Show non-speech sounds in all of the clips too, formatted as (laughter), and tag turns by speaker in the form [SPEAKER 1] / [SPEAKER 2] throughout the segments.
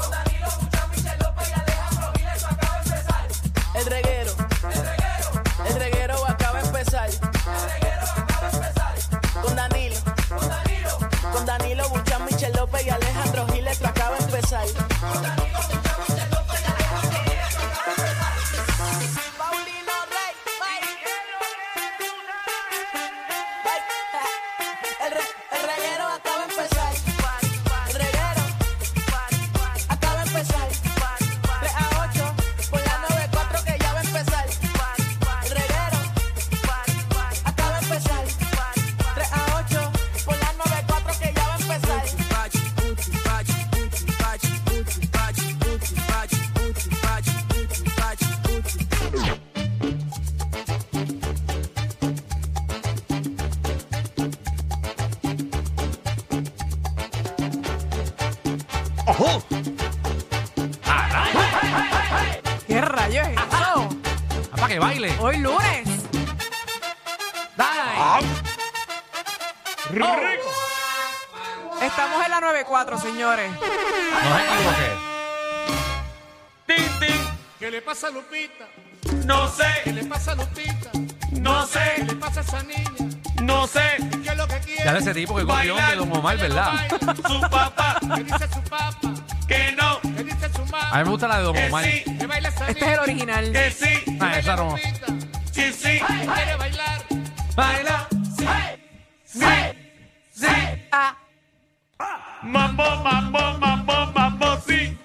[SPEAKER 1] Con Danilo Buchan, Michel López y Alejandro Gil, esto acaba de empezar. El reguero. El reguero. El reguero acaba de empezar. El reguero acaba de empezar. Con Danilo. Con Danilo. Con Danilo Buchan, Michel López y Alejandro Gil, esto acaba de empezar. Paulino Rey, El, re- el reguero acaba de empezar. El reguero acaba de empezar. 3 a 8 por la 94 que ya va a empezar. El reguero acaba de empezar. 3 a 8 por la 94 que ya va a empezar.
[SPEAKER 2] ¡Ojo!
[SPEAKER 3] ¿Qué rayos es eso?
[SPEAKER 2] ¡Para que baile!
[SPEAKER 3] Hoy lunes. Dale.
[SPEAKER 2] ¡Ah! ¡Rico!
[SPEAKER 3] Estamos en la 94, señores.
[SPEAKER 2] No es como que.
[SPEAKER 4] ¿Qué le pasa a Lupita?
[SPEAKER 2] No
[SPEAKER 4] ¿Qué
[SPEAKER 2] sé,
[SPEAKER 4] le pasa a Lupita?
[SPEAKER 2] no sé,
[SPEAKER 4] ¿Qué le pasa a esa niña?
[SPEAKER 2] no sé.
[SPEAKER 4] ¿Qué es lo que quiere?
[SPEAKER 5] Ya de ese tipo que copió de Don Omar, ¿verdad?
[SPEAKER 4] Baila.
[SPEAKER 2] Su papá,
[SPEAKER 4] ¿Qué dice su papá?
[SPEAKER 2] que no,
[SPEAKER 4] ¿Qué dice su
[SPEAKER 5] A mí
[SPEAKER 4] mamá?
[SPEAKER 5] me gusta la de
[SPEAKER 6] Eh,
[SPEAKER 5] Don
[SPEAKER 2] que
[SPEAKER 5] Omar.
[SPEAKER 2] sí,
[SPEAKER 4] ¿Qué baila esa
[SPEAKER 3] Este es el
[SPEAKER 4] niña?
[SPEAKER 3] original.
[SPEAKER 2] que sí,
[SPEAKER 5] Ah, esa no.
[SPEAKER 4] Lupita?
[SPEAKER 2] que sí.
[SPEAKER 4] ¿Quiere bailar?
[SPEAKER 2] Baila, sí, sí, sí.
[SPEAKER 3] Ah,
[SPEAKER 2] Mambo, mambo, mambo, mambo, sí.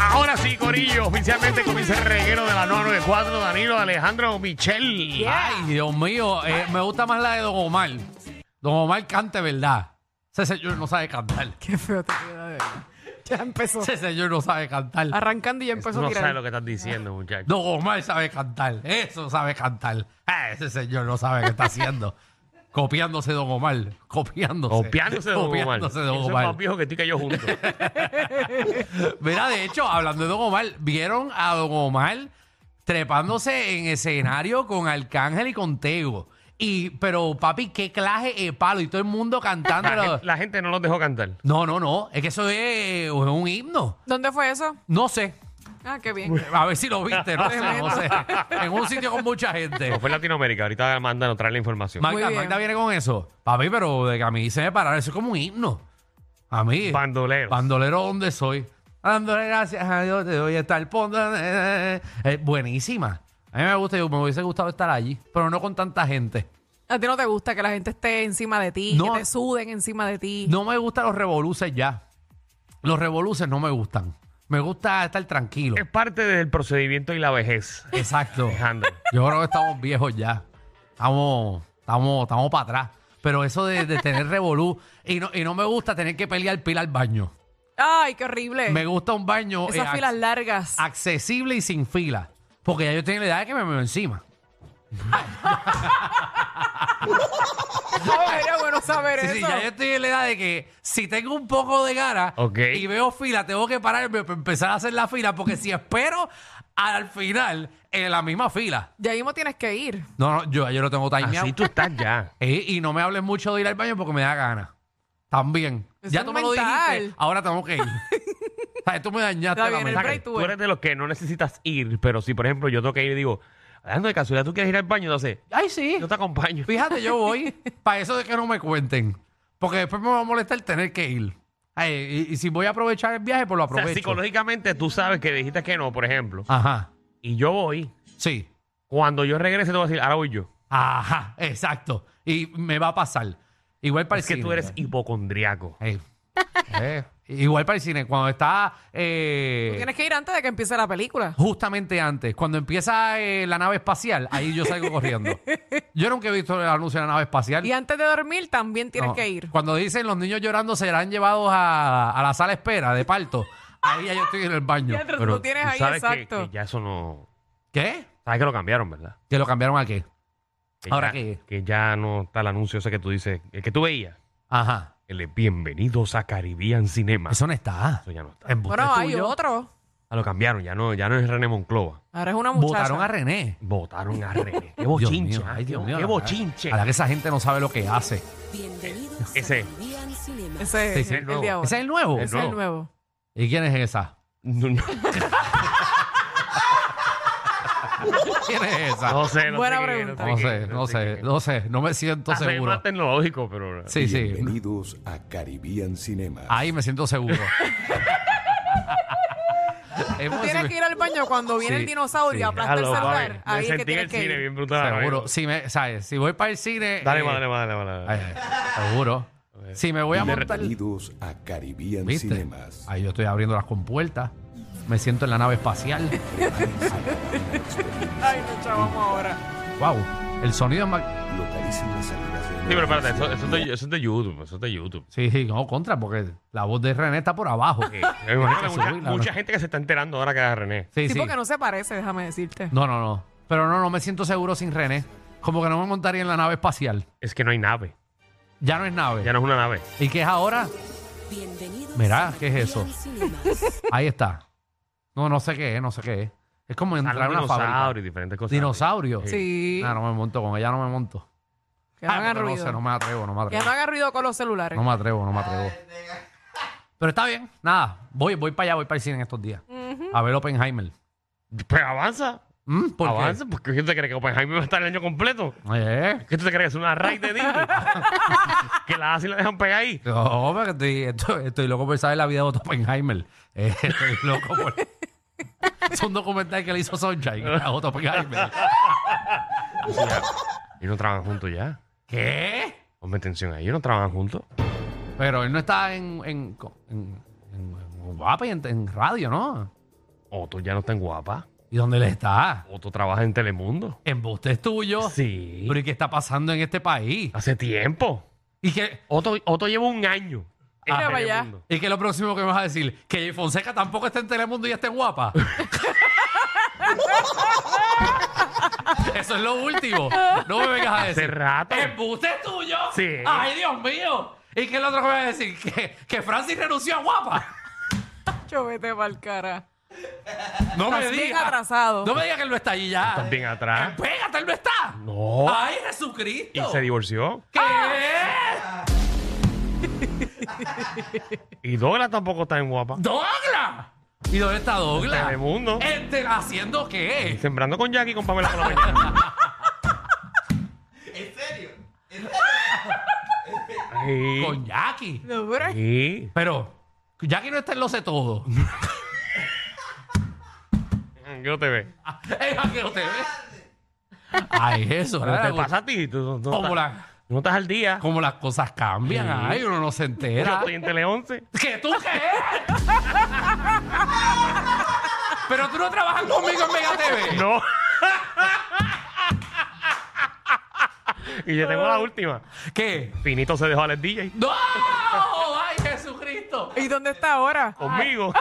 [SPEAKER 6] Ahora sí, Corillo, oficialmente comienza el reguero de la 994, Danilo, Alejandro, Michel.
[SPEAKER 5] Ay, Dios mío, eh, me gusta más la de Don Omar. Don Omar cante, ¿verdad? Ese señor no sabe cantar.
[SPEAKER 3] (laughs) qué feo te queda de verdad. Ya empezó.
[SPEAKER 5] Ese señor no sabe cantar.
[SPEAKER 3] Arrancando y ya empezó a
[SPEAKER 6] No sabes
[SPEAKER 3] tirar.
[SPEAKER 6] lo que estás diciendo, muchachos.
[SPEAKER 5] Don Omar sabe cantar. Eso sabe cantar. Ah, ese señor no sabe qué está haciendo. Copiándose Don Omar. Copiándose.
[SPEAKER 6] Copiándose de Don Omar.
[SPEAKER 5] Copiándose Don
[SPEAKER 6] Eso es
[SPEAKER 5] Omar.
[SPEAKER 6] más viejo que tú y que yo juntos.
[SPEAKER 5] Mira, de hecho, hablando de Don Omar, vieron a Don Omar trepándose en escenario con Arcángel y con Tego. Y, pero papi, qué claje de palo. Y todo el mundo cantando.
[SPEAKER 6] La, (laughs) gente, la gente no los dejó cantar.
[SPEAKER 5] No, no, no. Es que eso es, es un himno.
[SPEAKER 3] ¿Dónde fue eso?
[SPEAKER 5] No sé.
[SPEAKER 3] Ah, qué bien.
[SPEAKER 5] A ver si lo viste. No sé, no sé. En un sitio con mucha
[SPEAKER 6] No
[SPEAKER 5] gente.
[SPEAKER 6] fue en Latinoamérica, ahorita mandan a traer la información.
[SPEAKER 5] Magda,
[SPEAKER 3] Muy bien.
[SPEAKER 5] Magda viene con eso. Papi, pero de que a mí se me pararon. Eso es como un himno. A mí.
[SPEAKER 6] Bandoleros.
[SPEAKER 5] Bandolero, ¿dónde soy? Dándole gracias a Dios, te doy hasta el fondo. Eh, eh, buenísima. A mí me gusta, yo me hubiese gustado estar allí, pero no con tanta gente.
[SPEAKER 3] A ti no te gusta que la gente esté encima de ti,
[SPEAKER 5] No.
[SPEAKER 3] que te suden encima de ti.
[SPEAKER 5] No me gustan los revoluces ya. Los revoluces no me gustan. Me gusta estar tranquilo.
[SPEAKER 6] Es parte del procedimiento y la vejez,
[SPEAKER 5] Exacto.
[SPEAKER 6] Alejandro.
[SPEAKER 5] Yo creo que estamos viejos ya. Estamos, estamos, estamos para atrás. Pero eso de, de tener revolú y no, y no me gusta tener que pelear pila al baño.
[SPEAKER 3] Ay, qué
[SPEAKER 6] Eh.
[SPEAKER 3] horrible.
[SPEAKER 5] Me gusta un baño eh,
[SPEAKER 3] Esas
[SPEAKER 5] ac-
[SPEAKER 3] filas largas.
[SPEAKER 5] accesible y sin fila. Porque ya yo tengo la edad de que me veo encima.
[SPEAKER 3] (laughs) Ay, era bueno saber
[SPEAKER 5] Sí,
[SPEAKER 3] eso.
[SPEAKER 5] sí, ya yo estoy en la edad de que si tengo un poco de gana
[SPEAKER 6] Ok.
[SPEAKER 5] y veo fila, tengo que pararme para empezar a hacer la fila, porque si espero al final en la misma fila.
[SPEAKER 3] Ya mismo tienes que ir.
[SPEAKER 5] No, no, yo, yo lo tengo
[SPEAKER 6] Así
[SPEAKER 5] timeado.
[SPEAKER 6] tú estás ya.
[SPEAKER 5] Eh, y no me hables mucho de ir al baño porque me da gana. También.
[SPEAKER 3] Eso
[SPEAKER 5] ya
[SPEAKER 3] es
[SPEAKER 5] tú me lo
[SPEAKER 3] mental.
[SPEAKER 5] dijiste, ahora tengo
[SPEAKER 3] (laughs)
[SPEAKER 5] que ir. o sea, tú me dañaste
[SPEAKER 3] Está
[SPEAKER 5] la
[SPEAKER 3] bien, el
[SPEAKER 5] mente.
[SPEAKER 3] break tú
[SPEAKER 6] Tú eres de los que no necesitas ir, pero si, por ejemplo, yo tengo que ir y digo, Alejandro, de casualidad, tú quieres ir al baño, entonces,
[SPEAKER 5] Ay, sí.
[SPEAKER 6] yo te acompaño.
[SPEAKER 5] Fíjate, yo voy para eso de que no me cuenten. Porque después me va a molestar tener que ir. Ay, y, y si voy a aprovechar el viaje, pues lo
[SPEAKER 6] O sea,
[SPEAKER 5] aprovecho.
[SPEAKER 6] psicológicamente tú sabes que dijiste que no, por ejemplo,
[SPEAKER 5] Ajá.
[SPEAKER 6] y yo voy,
[SPEAKER 5] Sí.
[SPEAKER 6] cuando yo regrese te voy a decir, ahora voy yo.
[SPEAKER 5] Ajá. Exacto. Y me va a pasar. Igual para
[SPEAKER 6] Es que tú eres hipocondriaco.
[SPEAKER 5] Eh, eh, Igual para el cine, cuando está eh,
[SPEAKER 3] Tienes que ir antes de que empiece la película.
[SPEAKER 5] justamente antes, cuando empieza eh, la nave espacial, ahí yo salgo
[SPEAKER 3] (laughs)
[SPEAKER 5] corriendo. Yo nunca he visto el anuncio de la nave espacial.
[SPEAKER 3] Y antes de dormir también tienes
[SPEAKER 5] No.
[SPEAKER 3] que ir.
[SPEAKER 5] Cuando dicen los niños llorando serán llevados a, a la sala de espera de parto, ahí ya yo estoy en el baño.
[SPEAKER 3] Ya tú
[SPEAKER 6] Pero
[SPEAKER 3] lo tienes
[SPEAKER 6] tú
[SPEAKER 3] ahí,
[SPEAKER 6] sabes que-
[SPEAKER 3] exacto.
[SPEAKER 6] que ya eso no...
[SPEAKER 5] ¿Qué?
[SPEAKER 6] Sabes que lo cambiaron, ¿verdad?
[SPEAKER 5] ¿Que lo cambiaron a qué?
[SPEAKER 6] Que
[SPEAKER 5] ¿Ahora
[SPEAKER 6] ya-
[SPEAKER 5] qué?
[SPEAKER 6] Que ya no está el anuncio ese que tú dices, el que tú veías.
[SPEAKER 5] Ajá.
[SPEAKER 6] El de bienvenidos a Caribbean Cinema. Eso,
[SPEAKER 5] Eso no está.
[SPEAKER 6] ya no está.
[SPEAKER 5] Embuste
[SPEAKER 3] Bueno, hay
[SPEAKER 5] tuyo.
[SPEAKER 3] otro.
[SPEAKER 6] Ah, Lo cambiaron, ya no, ya no es René Monclova.
[SPEAKER 3] Ahora es una muchacha.
[SPEAKER 5] Votaron a René.
[SPEAKER 6] Votaron a René. (laughs) Qué
[SPEAKER 5] Dios
[SPEAKER 6] bochinche.
[SPEAKER 5] mío,
[SPEAKER 6] ah,
[SPEAKER 5] ay, Dios mío,
[SPEAKER 6] qué
[SPEAKER 5] la-
[SPEAKER 6] bochinche.
[SPEAKER 5] A la que esa gente no sabe lo que hace.
[SPEAKER 7] Bienvenidos
[SPEAKER 6] Ese.
[SPEAKER 7] a Caribbean Cinema.
[SPEAKER 3] Ese
[SPEAKER 5] Sí,
[SPEAKER 3] es
[SPEAKER 5] sí,
[SPEAKER 3] el,
[SPEAKER 5] el
[SPEAKER 6] nuevo.
[SPEAKER 3] de ahora.
[SPEAKER 5] ¿Ese es el nuevo?
[SPEAKER 6] El
[SPEAKER 3] Ese es el nuevo.
[SPEAKER 5] ¿Y quién es
[SPEAKER 3] (laughs)
[SPEAKER 5] esa?
[SPEAKER 6] (laughs) No,
[SPEAKER 5] (laughs)
[SPEAKER 6] no,
[SPEAKER 5] ¿Quién es esa?
[SPEAKER 6] no sé, no
[SPEAKER 3] Buena
[SPEAKER 6] sé. qué,
[SPEAKER 3] pregunta.
[SPEAKER 5] No sé, no sé, no sé, no me siento
[SPEAKER 6] Ah, soy
[SPEAKER 5] seguro.
[SPEAKER 6] más tecnológico, pero.
[SPEAKER 5] Sí, sí,
[SPEAKER 8] Bienvenidos a Caribbean Cinema.
[SPEAKER 5] ahí me
[SPEAKER 6] (laughs)
[SPEAKER 5] siento seguro. Es
[SPEAKER 3] Tú
[SPEAKER 5] muy
[SPEAKER 3] tienes
[SPEAKER 5] sim-
[SPEAKER 3] que ir al baño cuando viene
[SPEAKER 5] Sí,
[SPEAKER 3] el dinosaurio y
[SPEAKER 5] sí.
[SPEAKER 3] aplasta el
[SPEAKER 6] Diablo,
[SPEAKER 3] celular.
[SPEAKER 6] papi,
[SPEAKER 3] Ahí
[SPEAKER 6] me
[SPEAKER 3] es que
[SPEAKER 6] sentí en el
[SPEAKER 3] tienes que
[SPEAKER 6] cine
[SPEAKER 3] ir.
[SPEAKER 6] bien brutal.
[SPEAKER 5] Seguro. Si me, ¿sabes? Si voy para el cine.
[SPEAKER 6] Dale,
[SPEAKER 5] eh,
[SPEAKER 6] más, dale, más, dale, más, dale.
[SPEAKER 5] ay, ay, seguro. Si me voy a montar.
[SPEAKER 8] Bienvenidos a Caribbean
[SPEAKER 5] ¿Viste?
[SPEAKER 8] Cinemas.
[SPEAKER 5] Ahí yo estoy abriendo las compuertas. Me siento en la nave espacial.
[SPEAKER 3] Ay, mucha, vamos ahora.
[SPEAKER 5] Wow. El sonido es más.
[SPEAKER 8] Localicen las salidas de
[SPEAKER 6] Sí, pero espérate, eso, eso es de, eso es de YouTube, eso es de YouTube.
[SPEAKER 5] Sí, sí, no, contra, porque la voz de René está por abajo.
[SPEAKER 6] Sí, yo me imagino que mucha,
[SPEAKER 5] subirla,
[SPEAKER 6] mucha
[SPEAKER 5] ¿no?
[SPEAKER 6] gente que se está enterando ahora que es René.
[SPEAKER 5] Sí,
[SPEAKER 3] Sí,
[SPEAKER 5] sí.
[SPEAKER 3] porque no se parece, déjame decirte.
[SPEAKER 5] No, no, no. Pero no, no me siento seguro sin René. Como que no me montaría en la nave espacial.
[SPEAKER 6] Es que no hay nave,
[SPEAKER 5] Ya no es nave.
[SPEAKER 6] ya no es una nave.
[SPEAKER 5] ¿Y qué es ahora?
[SPEAKER 7] Bienvenidos
[SPEAKER 5] Mirá,
[SPEAKER 7] a
[SPEAKER 5] ¿qué es eso?
[SPEAKER 7] Caribbean Cinemas.
[SPEAKER 5] (laughs) Ahí está. No, no sé qué es, no sé qué es. Es como
[SPEAKER 6] Están
[SPEAKER 5] entrar a
[SPEAKER 6] los
[SPEAKER 5] una fábrica.
[SPEAKER 6] dinosaurios y diferentes cosas.
[SPEAKER 5] Dinosaurio.
[SPEAKER 3] Sí.
[SPEAKER 5] Ah, no me monto con ella, no me monto.
[SPEAKER 3] que no
[SPEAKER 5] Ah,
[SPEAKER 3] hagan
[SPEAKER 5] porque no
[SPEAKER 3] ruido.
[SPEAKER 5] sé, no me atrevo, no me
[SPEAKER 3] Que
[SPEAKER 5] atrevo.
[SPEAKER 3] no hagan ruido con los celulares.
[SPEAKER 5] No me atrevo, no me atrevo. Pero está bien, nada. Voy, voy para allá, voy para el cine en estos días. A ver Oppenheimer.
[SPEAKER 6] Pues avanza.
[SPEAKER 5] Mm, ¿Por qué?
[SPEAKER 6] avanza, porque ¿quién te cree que Oppenheimer va a estar el año completo?
[SPEAKER 5] Eh,
[SPEAKER 6] ¿Qué tú te crees? que ¿Es una raíz de
[SPEAKER 5] (laughs)
[SPEAKER 6] Disney? que la hacen y la dejan pegar ahí.
[SPEAKER 5] no, hombre, que estoy, estoy, estoy loco por saber la vida de Otto Oppenheimer. Eh, estoy loco por... (laughs) es un documental que le hizo Sunshine a Otto Oppenheimer.
[SPEAKER 6] Y no trabajan juntos ya.
[SPEAKER 5] ¿Qué?
[SPEAKER 6] Ponme atención ahí, no trabajan juntos.
[SPEAKER 5] Pero él no está en... en, en, en, en guapa y en, en radio, ¿no?
[SPEAKER 6] Otto ya no está en guapa.
[SPEAKER 5] ¿Y dónde él está?
[SPEAKER 6] Otto trabaja en Telemundo.
[SPEAKER 5] En Bustes Tuyo.
[SPEAKER 6] Sí.
[SPEAKER 5] ¿Pero y qué está pasando en este país?
[SPEAKER 6] Hace tiempo.
[SPEAKER 5] ¿Y qué,
[SPEAKER 6] Otto, Otto lleva un año. en
[SPEAKER 5] Ah,
[SPEAKER 3] Mira para allá.
[SPEAKER 6] Telemundo.
[SPEAKER 5] ¿Y qué es lo próximo que me vas a decir? ¿Que Jay Fonseca tampoco está en Telemundo y
[SPEAKER 6] (laughs)
[SPEAKER 5] esté guapa? Eso es lo último. No me vengas a decir.
[SPEAKER 6] Hace rato.
[SPEAKER 5] ¿Embuste es tuyo?
[SPEAKER 6] Sí.
[SPEAKER 5] ¡Ay, Dios mío! ¿Y qué es lo otro que me vas a decir? ¿Que, que Francis renunció a guapa?
[SPEAKER 3] Yo vete pa'l cara. ah,
[SPEAKER 5] No me
[SPEAKER 3] Estás bien
[SPEAKER 5] digas.
[SPEAKER 3] atrasado.
[SPEAKER 5] No me digas que él no está allí ya.
[SPEAKER 6] Estás bien atrás.
[SPEAKER 5] ¡Pégate, él no está!
[SPEAKER 6] ¿ah? No.
[SPEAKER 5] ¡Ay,
[SPEAKER 6] Y
[SPEAKER 5] Jesucristo!
[SPEAKER 6] se ¡Ah! divorció.
[SPEAKER 5] ¿Qué?
[SPEAKER 6] Y Douglas tampoco está en guapa.
[SPEAKER 5] ¡Douglas! ¿Y dónde está Douglas?
[SPEAKER 6] Telemundo.
[SPEAKER 5] Este, ¿Haciendo qué?
[SPEAKER 6] Sembrando con Jackie y con Pamela por la mañana.
[SPEAKER 5] (laughs)
[SPEAKER 6] ¿En
[SPEAKER 5] (laughs)
[SPEAKER 6] serio?
[SPEAKER 5] Con Jackie.
[SPEAKER 3] No, pero es-
[SPEAKER 6] Sí.
[SPEAKER 5] Pero Jackie no está en lo sé todo. (laughs)
[SPEAKER 6] Mm, Yo te ve.
[SPEAKER 5] Es a que no te ve. Ay, eso.
[SPEAKER 6] Pero
[SPEAKER 5] ¿verdad?
[SPEAKER 6] te pasa a ti. Tú, no- no
[SPEAKER 5] como,
[SPEAKER 6] estás-
[SPEAKER 5] la-
[SPEAKER 6] no estás al día.
[SPEAKER 5] como las cosas cambian. Ay, uno no
[SPEAKER 6] Yo
[SPEAKER 5] se entera.
[SPEAKER 6] estoy en Tele 11.
[SPEAKER 5] ¿Qué tú qué? Pero tú no trabajas conmigo en Mega TV.
[SPEAKER 6] No. (laughs) y yo tengo la última.
[SPEAKER 5] ¿Qué?
[SPEAKER 6] Finito se dejó a los DJ.
[SPEAKER 5] ¡No! ¡Ay, Jesucristo!
[SPEAKER 3] ¿Y dónde está ahora?
[SPEAKER 6] Conmigo.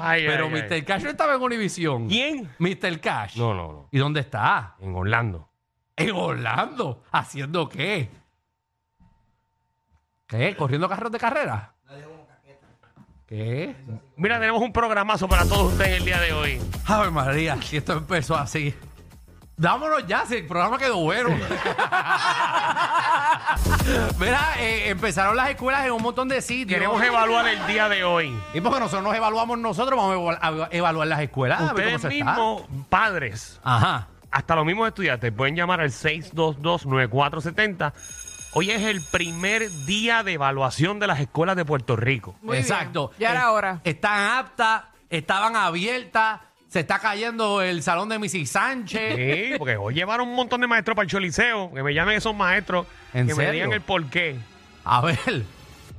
[SPEAKER 6] Ay,
[SPEAKER 5] Pero
[SPEAKER 6] ay, ay.
[SPEAKER 5] Mr. Cash no estaba en Univision.
[SPEAKER 6] ¿Quién?
[SPEAKER 5] Mr. Cash.
[SPEAKER 6] No, no, no.
[SPEAKER 5] ¿Y dónde está?
[SPEAKER 6] En Orlando.
[SPEAKER 5] En Orlando. ¿Haciendo qué? ¿Qué? ¿Corriendo carros de carrera? ¿Qué?
[SPEAKER 6] Mira, tenemos un programazo para todos ustedes el día de hoy.
[SPEAKER 5] Ave María, si esto empezó así. Dámonos ya, si el programa
[SPEAKER 6] (laughs)
[SPEAKER 5] quedó bueno. Mira, eh, empezaron las escuelas en un montón de sitios.
[SPEAKER 6] Queremos evaluar el día de hoy.
[SPEAKER 5] Y porque nosotros nos evaluamos nosotros, vamos a evaluar- a evaluar, las escuelas. a
[SPEAKER 6] Ustedes
[SPEAKER 5] ver Ah, cómo se está.
[SPEAKER 6] mismos, padres,
[SPEAKER 5] Ajá.
[SPEAKER 6] hasta los mismos estudiantes, pueden llamar al 622-9470. Hoy es el primer día de evaluación de las escuelas de Puerto Rico.
[SPEAKER 3] Muy bien.
[SPEAKER 5] Exacto.
[SPEAKER 3] Ya era
[SPEAKER 5] Eh,
[SPEAKER 3] hora.
[SPEAKER 5] Están aptas, estaban abiertas, se está cayendo el salón de Mrs. Sánchez. (laughs)
[SPEAKER 6] Sí, porque hoy llevaron un montón de maestros para el Choliseo. Que me llamen esos maestros.
[SPEAKER 5] ¿En
[SPEAKER 6] que me
[SPEAKER 5] serio?
[SPEAKER 6] digan el porqué.
[SPEAKER 5] A ver.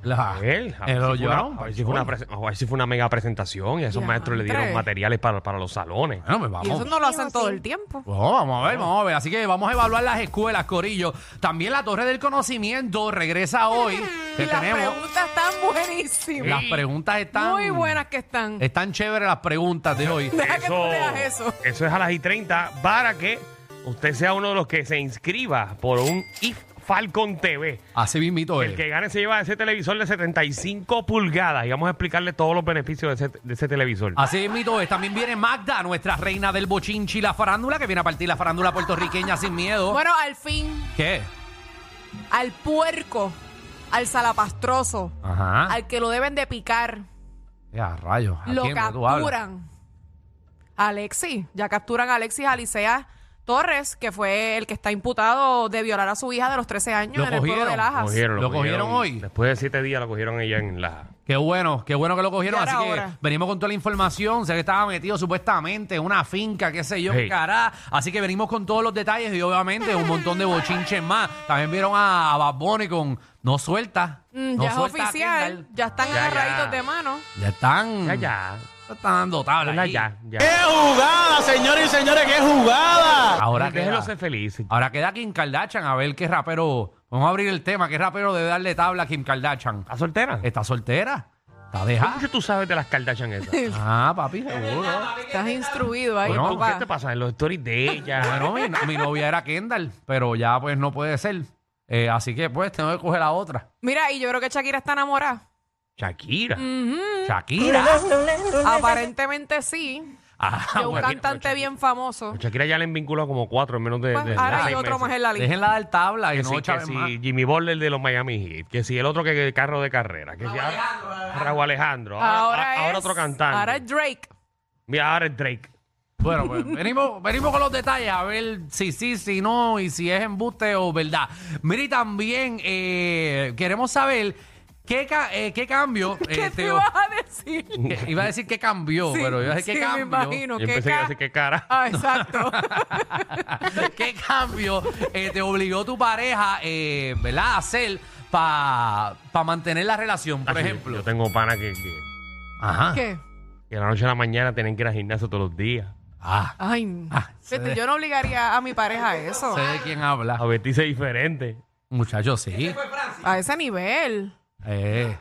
[SPEAKER 5] La,
[SPEAKER 6] A ver, a ver
[SPEAKER 5] eh,
[SPEAKER 6] si fue
[SPEAKER 5] lo
[SPEAKER 6] una-
[SPEAKER 5] llevaron
[SPEAKER 6] a ver
[SPEAKER 5] para el
[SPEAKER 6] si fue una
[SPEAKER 5] sol.
[SPEAKER 6] presen- a ver si fue una mega presentación y a esos
[SPEAKER 3] Ya,
[SPEAKER 6] maestros le dieron
[SPEAKER 3] tres.
[SPEAKER 6] materiales para, para los salones.
[SPEAKER 5] Bueno, pues
[SPEAKER 3] Y
[SPEAKER 5] vamos.
[SPEAKER 3] eso no lo hacen todo el tiempo.
[SPEAKER 5] Bueno, vamos a ver, vamos a ver. Así que vamos a evaluar las escuelas, Corillo. También la Torre del Conocimiento regresa hoy. Que
[SPEAKER 3] Las
[SPEAKER 5] tenemos.
[SPEAKER 3] preguntas están buenísimas.
[SPEAKER 5] Las preguntas están. Eh,
[SPEAKER 3] Muy buenas que están.
[SPEAKER 5] Están chéveres las preguntas de hoy.
[SPEAKER 3] Deja que tú leas eso.
[SPEAKER 6] eso es a las y 30 para que usted sea uno de los que se inscriba por un IF Falcon TV.
[SPEAKER 5] Así
[SPEAKER 6] (laughs)
[SPEAKER 5] mismito
[SPEAKER 6] El
[SPEAKER 5] es.
[SPEAKER 6] que gane se lleva ese televisor de 75 pulgadas y vamos a explicarle todos los beneficios de ese, de ese televisor.
[SPEAKER 5] Así mismito es. También viene Magda, nuestra reina del bochinchi y la farándula, que viene a partir la farándula puertorriqueña sin miedo.
[SPEAKER 3] Bueno, al fin,
[SPEAKER 5] ¿Qué?
[SPEAKER 3] al puerco, al salapastroso,
[SPEAKER 5] Ajá.
[SPEAKER 3] al que lo deben de picar,
[SPEAKER 5] Ya, rayos. ¿A
[SPEAKER 3] lo
[SPEAKER 5] quién que tú hablas?
[SPEAKER 3] capturan. Alexis, ya capturan a Alexis Alicea Torres, que fue el que está imputado de violar a su hija de los 13 años
[SPEAKER 5] Lo
[SPEAKER 3] en el pueblo
[SPEAKER 5] cogieron,
[SPEAKER 3] de Lajas.
[SPEAKER 5] Lo cogieron hoy.
[SPEAKER 6] Después de siete días lo cogieron ella en la...
[SPEAKER 5] Qué bueno, qué bueno que lo cogieron.
[SPEAKER 3] Ya era
[SPEAKER 5] Así que
[SPEAKER 3] hora.
[SPEAKER 5] venimos con toda la información. Sé que estaba metido supuestamente en una finca, qué sé yo,
[SPEAKER 6] Hey.
[SPEAKER 5] cará. Así que venimos con todos los detalles y obviamente un montón de bochinches más. También vieron a, a Bad Bunny con No Suelta.
[SPEAKER 3] Mm,
[SPEAKER 5] no
[SPEAKER 3] ya es
[SPEAKER 5] suelta a
[SPEAKER 3] oficial,
[SPEAKER 5] Kendall.
[SPEAKER 3] ya están
[SPEAKER 6] Ya, ya.
[SPEAKER 3] agarraditos de mano.
[SPEAKER 5] Ya están.
[SPEAKER 6] Ya, ya.
[SPEAKER 5] Están dando tabla.
[SPEAKER 6] Ya,
[SPEAKER 5] Mm. ahí.
[SPEAKER 6] ya,
[SPEAKER 5] Eh,
[SPEAKER 6] ya.
[SPEAKER 5] Ahora
[SPEAKER 6] Déjelo
[SPEAKER 5] queda,
[SPEAKER 6] ser feliz.
[SPEAKER 5] ahora queda Kim Kardashian. A ver qué rapero. Vamos a abrir el tema. ¿Qué rapero debe darle tabla a Kim Kardashian?
[SPEAKER 6] ¿Estás soltera?
[SPEAKER 5] Está soltera. Está
[SPEAKER 6] ¿Cómo
[SPEAKER 5] dejada.
[SPEAKER 6] que tú sabes de las Kardashian esas?
[SPEAKER 5] Ah, papi, seguro.
[SPEAKER 3] Estás instruido
[SPEAKER 5] (laughs)
[SPEAKER 3] ahí,
[SPEAKER 5] Bueno,
[SPEAKER 6] ¿Tú ¿Qué
[SPEAKER 3] papá.
[SPEAKER 6] te pasa? En los stories de ella.
[SPEAKER 5] Bueno, mi, mi novia era Kendall, pero ya pues no puede ser. Eh, así que pues tengo que coger a otra.
[SPEAKER 3] Mira, y yo creo que Shakira está enamorada.
[SPEAKER 6] Shakira.
[SPEAKER 5] Shakira.
[SPEAKER 3] Aparentemente sí.
[SPEAKER 5] Ah,
[SPEAKER 3] De un
[SPEAKER 5] bueno,
[SPEAKER 3] cantante bien famoso.
[SPEAKER 6] Shakira ya le han vinculado como cuatro en menos de,
[SPEAKER 3] Pues,
[SPEAKER 6] de- de
[SPEAKER 3] ahora hay
[SPEAKER 6] seis
[SPEAKER 3] otro
[SPEAKER 6] meses.
[SPEAKER 3] más en la
[SPEAKER 5] (laughs)
[SPEAKER 3] lista.
[SPEAKER 5] déjenla dar tabla y
[SPEAKER 6] Que,
[SPEAKER 5] no
[SPEAKER 6] si, que
[SPEAKER 5] echaben
[SPEAKER 6] si
[SPEAKER 5] más.
[SPEAKER 6] Jimmy Butler de los Miami Heat, que si el otro que, que carro de carrera, que si ahora- Raúl Alejandro, ahora,
[SPEAKER 3] Ahora,
[SPEAKER 6] ahora
[SPEAKER 3] es,
[SPEAKER 6] otro cantante.
[SPEAKER 3] Ahora es Drake.
[SPEAKER 6] Mira, ahora es Drake.
[SPEAKER 5] Bueno,
[SPEAKER 3] (laughs)
[SPEAKER 5] pues venimos, venimos con los detalles a ver si sí, si no y si es embuste o verdad. Mire, y también eh, queremos saber qué, ca- eh, qué cambio.
[SPEAKER 3] (laughs)
[SPEAKER 6] este
[SPEAKER 3] ¿Qué
[SPEAKER 5] eh,
[SPEAKER 3] te
[SPEAKER 5] Teo-
[SPEAKER 3] vas a decir?
[SPEAKER 5] que- iba a decir qué cambió,
[SPEAKER 3] (laughs) Sí,
[SPEAKER 5] pero iba a decir
[SPEAKER 3] sí,
[SPEAKER 5] qué
[SPEAKER 3] me
[SPEAKER 5] cambio.
[SPEAKER 3] imagino.
[SPEAKER 6] Yo
[SPEAKER 3] ¿qué
[SPEAKER 6] empecé a
[SPEAKER 3] ca-
[SPEAKER 6] decir qué cara.
[SPEAKER 3] Ah, exacto.
[SPEAKER 6] (laughs)
[SPEAKER 5] (laughs) ¿Qué cambio eh, te obligó tu pareja, eh, ¿verdad?, a hacer para mantener la relación, por
[SPEAKER 6] Ah, sí,
[SPEAKER 5] ejemplo.
[SPEAKER 6] Yo tengo pana que, que,
[SPEAKER 5] Ajá.
[SPEAKER 3] ¿Qué?
[SPEAKER 6] que a la noche a la mañana tienen que ir al gimnasio todos los días.
[SPEAKER 5] Ah,
[SPEAKER 3] Ay,
[SPEAKER 5] Ah, se
[SPEAKER 3] fíjate,
[SPEAKER 5] ve.
[SPEAKER 3] yo no obligaría a mi pareja a eso.
[SPEAKER 5] sé de quién
[SPEAKER 6] A
[SPEAKER 5] habla.
[SPEAKER 6] vestirse diferente.
[SPEAKER 5] Muchachos, sí.
[SPEAKER 3] A ese nivel.
[SPEAKER 5] Eh,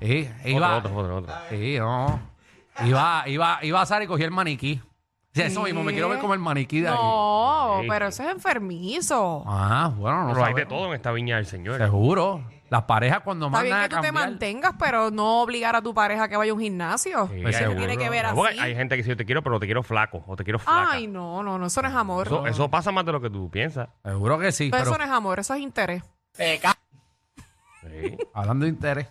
[SPEAKER 5] eh, iba,
[SPEAKER 6] Otro, otro, otro, otro.
[SPEAKER 5] sí, no. iba, iba, iba a salir y cogí el maniquí. Sí, eso mismo, me
[SPEAKER 3] Sí.
[SPEAKER 5] quiero ver como el maniquí de ahí.
[SPEAKER 3] No,
[SPEAKER 6] Sí.
[SPEAKER 3] pero eso es enfermizo.
[SPEAKER 5] Ah, bueno, no
[SPEAKER 6] Pero hay de
[SPEAKER 5] sabemos.
[SPEAKER 6] todo en esta viña del Señor.
[SPEAKER 5] Seguro. Las parejas cuando
[SPEAKER 3] Está
[SPEAKER 5] mandan
[SPEAKER 3] bien
[SPEAKER 5] a
[SPEAKER 3] que tú te
[SPEAKER 5] cambiar.
[SPEAKER 3] mantengas, pero no obligar a tu pareja a que vaya a un gimnasio.
[SPEAKER 6] Sí,
[SPEAKER 5] Pues
[SPEAKER 6] hay-
[SPEAKER 5] seguro.
[SPEAKER 3] Tiene que ver
[SPEAKER 6] No, porque
[SPEAKER 3] así.
[SPEAKER 6] Hay gente que dice, yo te quiero, pero te quiero flaco o te quiero flaca.
[SPEAKER 3] Ay, no, no, no, eso no es amor.
[SPEAKER 6] eso, eso pasa más de lo que tú piensas.
[SPEAKER 5] Seguro que sí, pero
[SPEAKER 3] Pero Pues eso no es amor, eso es interés.
[SPEAKER 6] Sí.
[SPEAKER 5] Hablando de interés.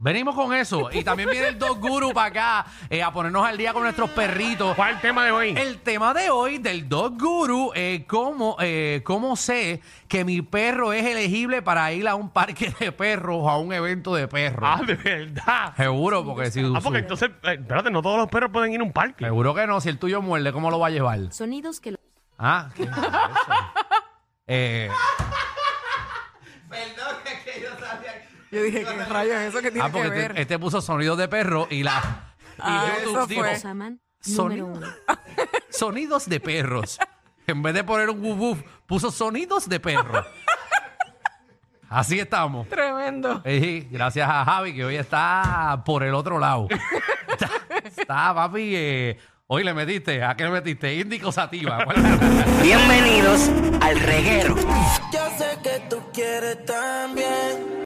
[SPEAKER 5] Venimos con eso. Y también viene el Dog Guru para acá eh, a ponernos al día con nuestros perritos.
[SPEAKER 6] ¿Cuál es el tema de hoy?
[SPEAKER 5] El tema de hoy del Dog Guru, eh, cómo, eh, cómo sé que mi perro es elegible para ir a un parque de perros o a un evento de perros.
[SPEAKER 6] Ah, de verdad.
[SPEAKER 5] Seguro, porque si
[SPEAKER 6] Ah, porque entonces, eh, espérate, no todos los perros pueden ir a un parque.
[SPEAKER 5] Seguro que no, si el tuyo muerde, ¿cómo lo va a llevar?
[SPEAKER 7] Sonidos que lo
[SPEAKER 5] Ah, ¿qué es
[SPEAKER 3] (laughs)
[SPEAKER 5] eso? Eh,
[SPEAKER 3] Yo dije, ¿qué rayos es eso que tiene
[SPEAKER 5] ah, porque
[SPEAKER 3] que
[SPEAKER 5] este,
[SPEAKER 3] ver?
[SPEAKER 5] este puso sonidos de perro y la... Y
[SPEAKER 3] Ah,
[SPEAKER 5] YouTube
[SPEAKER 3] eso
[SPEAKER 5] dijo,
[SPEAKER 3] fue.
[SPEAKER 7] nos aman, número
[SPEAKER 5] Sonido.
[SPEAKER 7] uno.
[SPEAKER 5] (laughs) Sonidos de perros. En vez de poner un woof woof, puso sonidos de perro. Así estamos.
[SPEAKER 3] Tremendo.
[SPEAKER 5] Ey, gracias a Javi, que hoy está por el otro lado.
[SPEAKER 7] (laughs)
[SPEAKER 5] está, está, papi. eh, hoy le metiste. ¿A qué le metiste? Índico Sativa. ¿Cuál era?
[SPEAKER 1] Yo sé que tú quieres también